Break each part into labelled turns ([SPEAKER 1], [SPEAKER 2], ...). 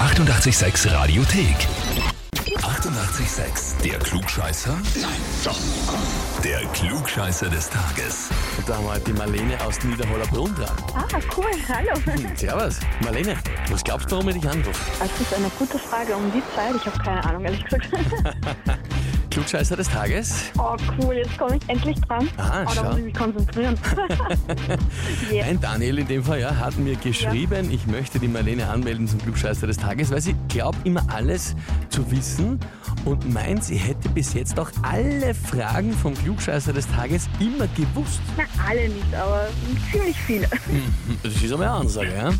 [SPEAKER 1] 886 Radiothek. 88,6. Der Klugscheißer? Nein, doch. Der Klugscheißer des Tages.
[SPEAKER 2] Und da haben wir heute die Marlene aus Niederhollerbrunn dran.
[SPEAKER 3] Ah, cool, hallo.
[SPEAKER 2] Servus. Marlene, was glaubst du, warum ich dich anrufe?
[SPEAKER 3] Also, Das ist eine gute Frage um die Zeit. Ich habe keine Ahnung, ehrlich gesagt.
[SPEAKER 2] Klugscheißer des Tages?
[SPEAKER 3] Oh, cool, jetzt komme ich endlich dran.
[SPEAKER 2] Ah,
[SPEAKER 3] oh, da
[SPEAKER 2] schau.
[SPEAKER 3] muss ich mich konzentrieren. yeah.
[SPEAKER 2] Nein, Daniel in dem Fall ja, hat mir geschrieben, ich möchte die Marlene anmelden zum Klugscheißer des Tages, weil sie glaubt immer alles zu wissen und meint, sie hätte bis jetzt auch alle Fragen vom Klugscheißer des Tages immer gewusst.
[SPEAKER 3] Na, alle nicht, aber ziemlich viele.
[SPEAKER 2] Das ist aber eine Ansage, ja.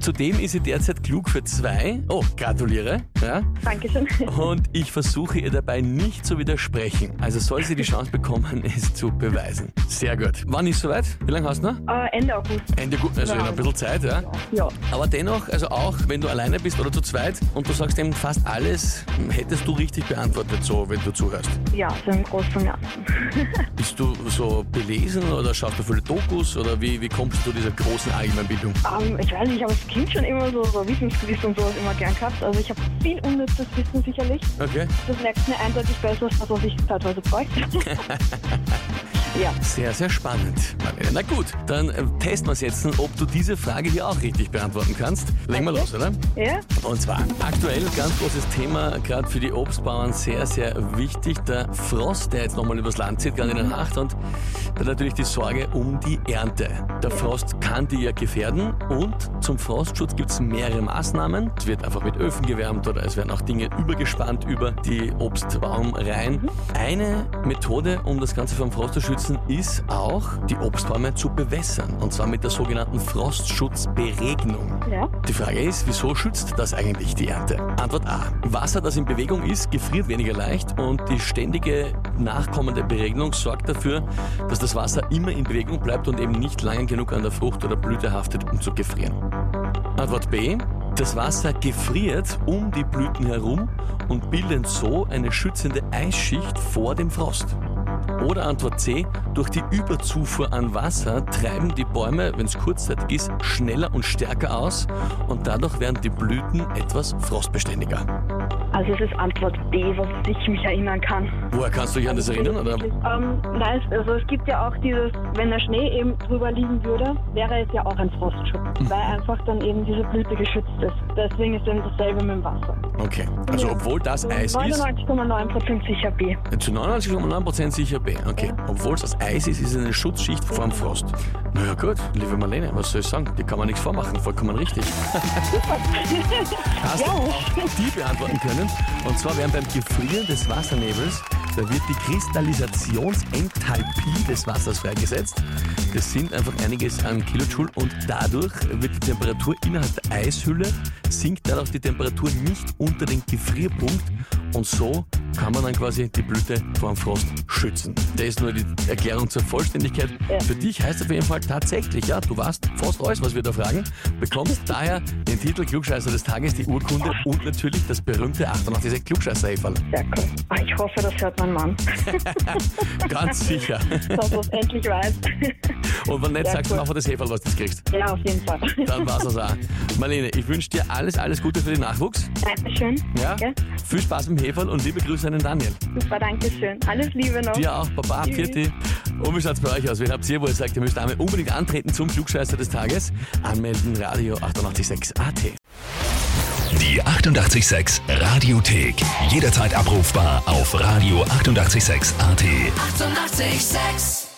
[SPEAKER 2] Zudem ist sie derzeit klug für zwei. Oh, gratuliere. Ja.
[SPEAKER 3] Dankeschön.
[SPEAKER 2] Und ich versuche ihr dabei nicht zu widersprechen. Also soll sie die Chance bekommen, es zu beweisen. Sehr gut. Wann ist soweit? Wie lange hast du noch?
[SPEAKER 3] Äh, Ende August.
[SPEAKER 2] Ende gut, also noch ein bisschen Zeit, ja.
[SPEAKER 3] Ja.
[SPEAKER 2] Aber dennoch, also auch wenn du alleine bist oder zu zweit und du sagst eben fast alles, hättest du richtig beantwortet, so wenn du zuhörst.
[SPEAKER 3] Ja, so im Großen und Ganzen.
[SPEAKER 2] Bist du so belesen oder schaust du viele Dokus oder wie, wie kommst du zu dieser großen Allgemeinbildung?
[SPEAKER 3] Ähm, ich weiß nicht, ich habe als Kind schon immer so, so Wissensgewissen und sowas immer gern gehabt. Also ich habe viel unnützes Wissen sicherlich.
[SPEAKER 2] Okay.
[SPEAKER 3] Das merkt mir eindeutig besser, als das, was ich teilweise bräuchte. ja.
[SPEAKER 2] Sehr, sehr spannend. Marlene. Na gut, dann äh, testen wir jetzt, ob du diese Frage hier auch richtig beantworten kannst. Legen wir
[SPEAKER 3] Okay.
[SPEAKER 2] los, oder?
[SPEAKER 3] Ja?
[SPEAKER 2] Und zwar aktuell ganz großes Thema, gerade für die Obstbauern sehr, sehr wichtig. Der Frost, der jetzt nochmal übers Land zieht, gerade in der Nacht und dann natürlich die Sorge um die Ernte. Der Frost kann die ja gefährden und zum Frostschutz gibt es mehrere Maßnahmen. Es wird einfach mit Öfen gewärmt oder es werden auch Dinge übergespannt über die Obstbaumreihen. Eine Methode, um das Ganze vom Frost zu schützen, ist auch, die Obstbäume zu bewässern. Und zwar mit der sogenannten Frostschutzberegnung.
[SPEAKER 3] Ja?
[SPEAKER 2] Die Frage ist, wieso schützt das eigentlich die Ernte? Antwort A. Wasser, das in Bewegung ist, gefriert weniger leicht und die ständige nachkommende Beregnung sorgt dafür, dass das Wasser immer in Bewegung bleibt und eben nicht lange genug an der Frucht oder Blüte haftet, um zu gefrieren. Antwort B. Das Wasser gefriert um die Blüten herum und bildet so eine schützende Eisschicht vor dem Frost. Oder Antwort C, durch die Überzufuhr an Wasser treiben die Bäume, wenn es kurzzeitig ist, schneller und stärker aus und dadurch werden die Blüten etwas frostbeständiger.
[SPEAKER 3] Also es ist Antwort B, was ich mich erinnern kann.
[SPEAKER 2] Woher kannst du dich an das erinnern? Oder?
[SPEAKER 3] Ähm, nein, es- also es gibt ja auch dieses, wenn der Schnee eben drüber liegen würde, wäre es ja auch ein Frostschutz,
[SPEAKER 2] Mhm.
[SPEAKER 3] weil einfach dann eben diese Blüte geschützt ist. Deswegen ist eben dasselbe mit dem Wasser.
[SPEAKER 2] Okay, also obwohl das
[SPEAKER 3] Zu
[SPEAKER 2] Eis ist,
[SPEAKER 3] 99,9% sicher B.
[SPEAKER 2] zu 99,9% sicher B. Okay, obwohl es das Eis ist, ist es eine Schutzschicht vor dem Frost. Naja gut, liebe Marlene, was soll ich sagen? Die kann man nichts vormachen, vollkommen richtig. hast du
[SPEAKER 3] Ja.
[SPEAKER 2] auch die beantworten können. Und zwar werden beim Gefrieren des Wassernebels, da wird die Kristallisationsenthalpie des Wassers freigesetzt. Das sind einfach einiges an Kilojoule und dadurch wird die Temperatur innerhalb der Eishülle, sinkt dadurch die Temperatur nicht unter den Gefrierpunkt und so kann man dann quasi die Blüte vor dem Frost schützen. Das ist nur die Erklärung zur Vollständigkeit.
[SPEAKER 3] Ja.
[SPEAKER 2] Für dich heißt auf jeden Fall tatsächlich, ja, du warst fast alles, was wir da fragen, bekommst daher den Titel Klugscheißer des Tages, die Urkunde und natürlich das berühmte 88 klugscheißer -Eferl.
[SPEAKER 3] Sehr cool. Ah, ich hoffe, das hört mein Mann,
[SPEAKER 2] Ganz sicher.
[SPEAKER 3] dass er es endlich weiß.
[SPEAKER 2] Und wenn nicht,
[SPEAKER 3] Ja,
[SPEAKER 2] sagst du
[SPEAKER 3] cool.
[SPEAKER 2] einfach das Heferl, was du kriegst.
[SPEAKER 3] ja, auf jeden Fall.
[SPEAKER 2] Dann war's das auch. Marlene, ich wünsche dir alles, alles Gute für den Nachwuchs.
[SPEAKER 3] Dankeschön.
[SPEAKER 2] Ja?
[SPEAKER 3] Danke.
[SPEAKER 2] Viel Spaß im Heferl und liebe Grüße an den Daniel.
[SPEAKER 3] Super, Dankeschön. Alles Liebe noch.
[SPEAKER 2] Dir auch, Baba,
[SPEAKER 3] Tschüss.
[SPEAKER 2] Pfirti. Und wie schaut's bei euch aus? Wen habt ihr, wo ihr sagt, ihr müsst einmal unbedingt antreten zum Klugscheißer des Tages? Anmelden, Radio 886 AT.
[SPEAKER 1] Die 88,6 Radiothek. Jederzeit abrufbar auf radio886.at. 88,6.
[SPEAKER 4] Eighty-eight, sex.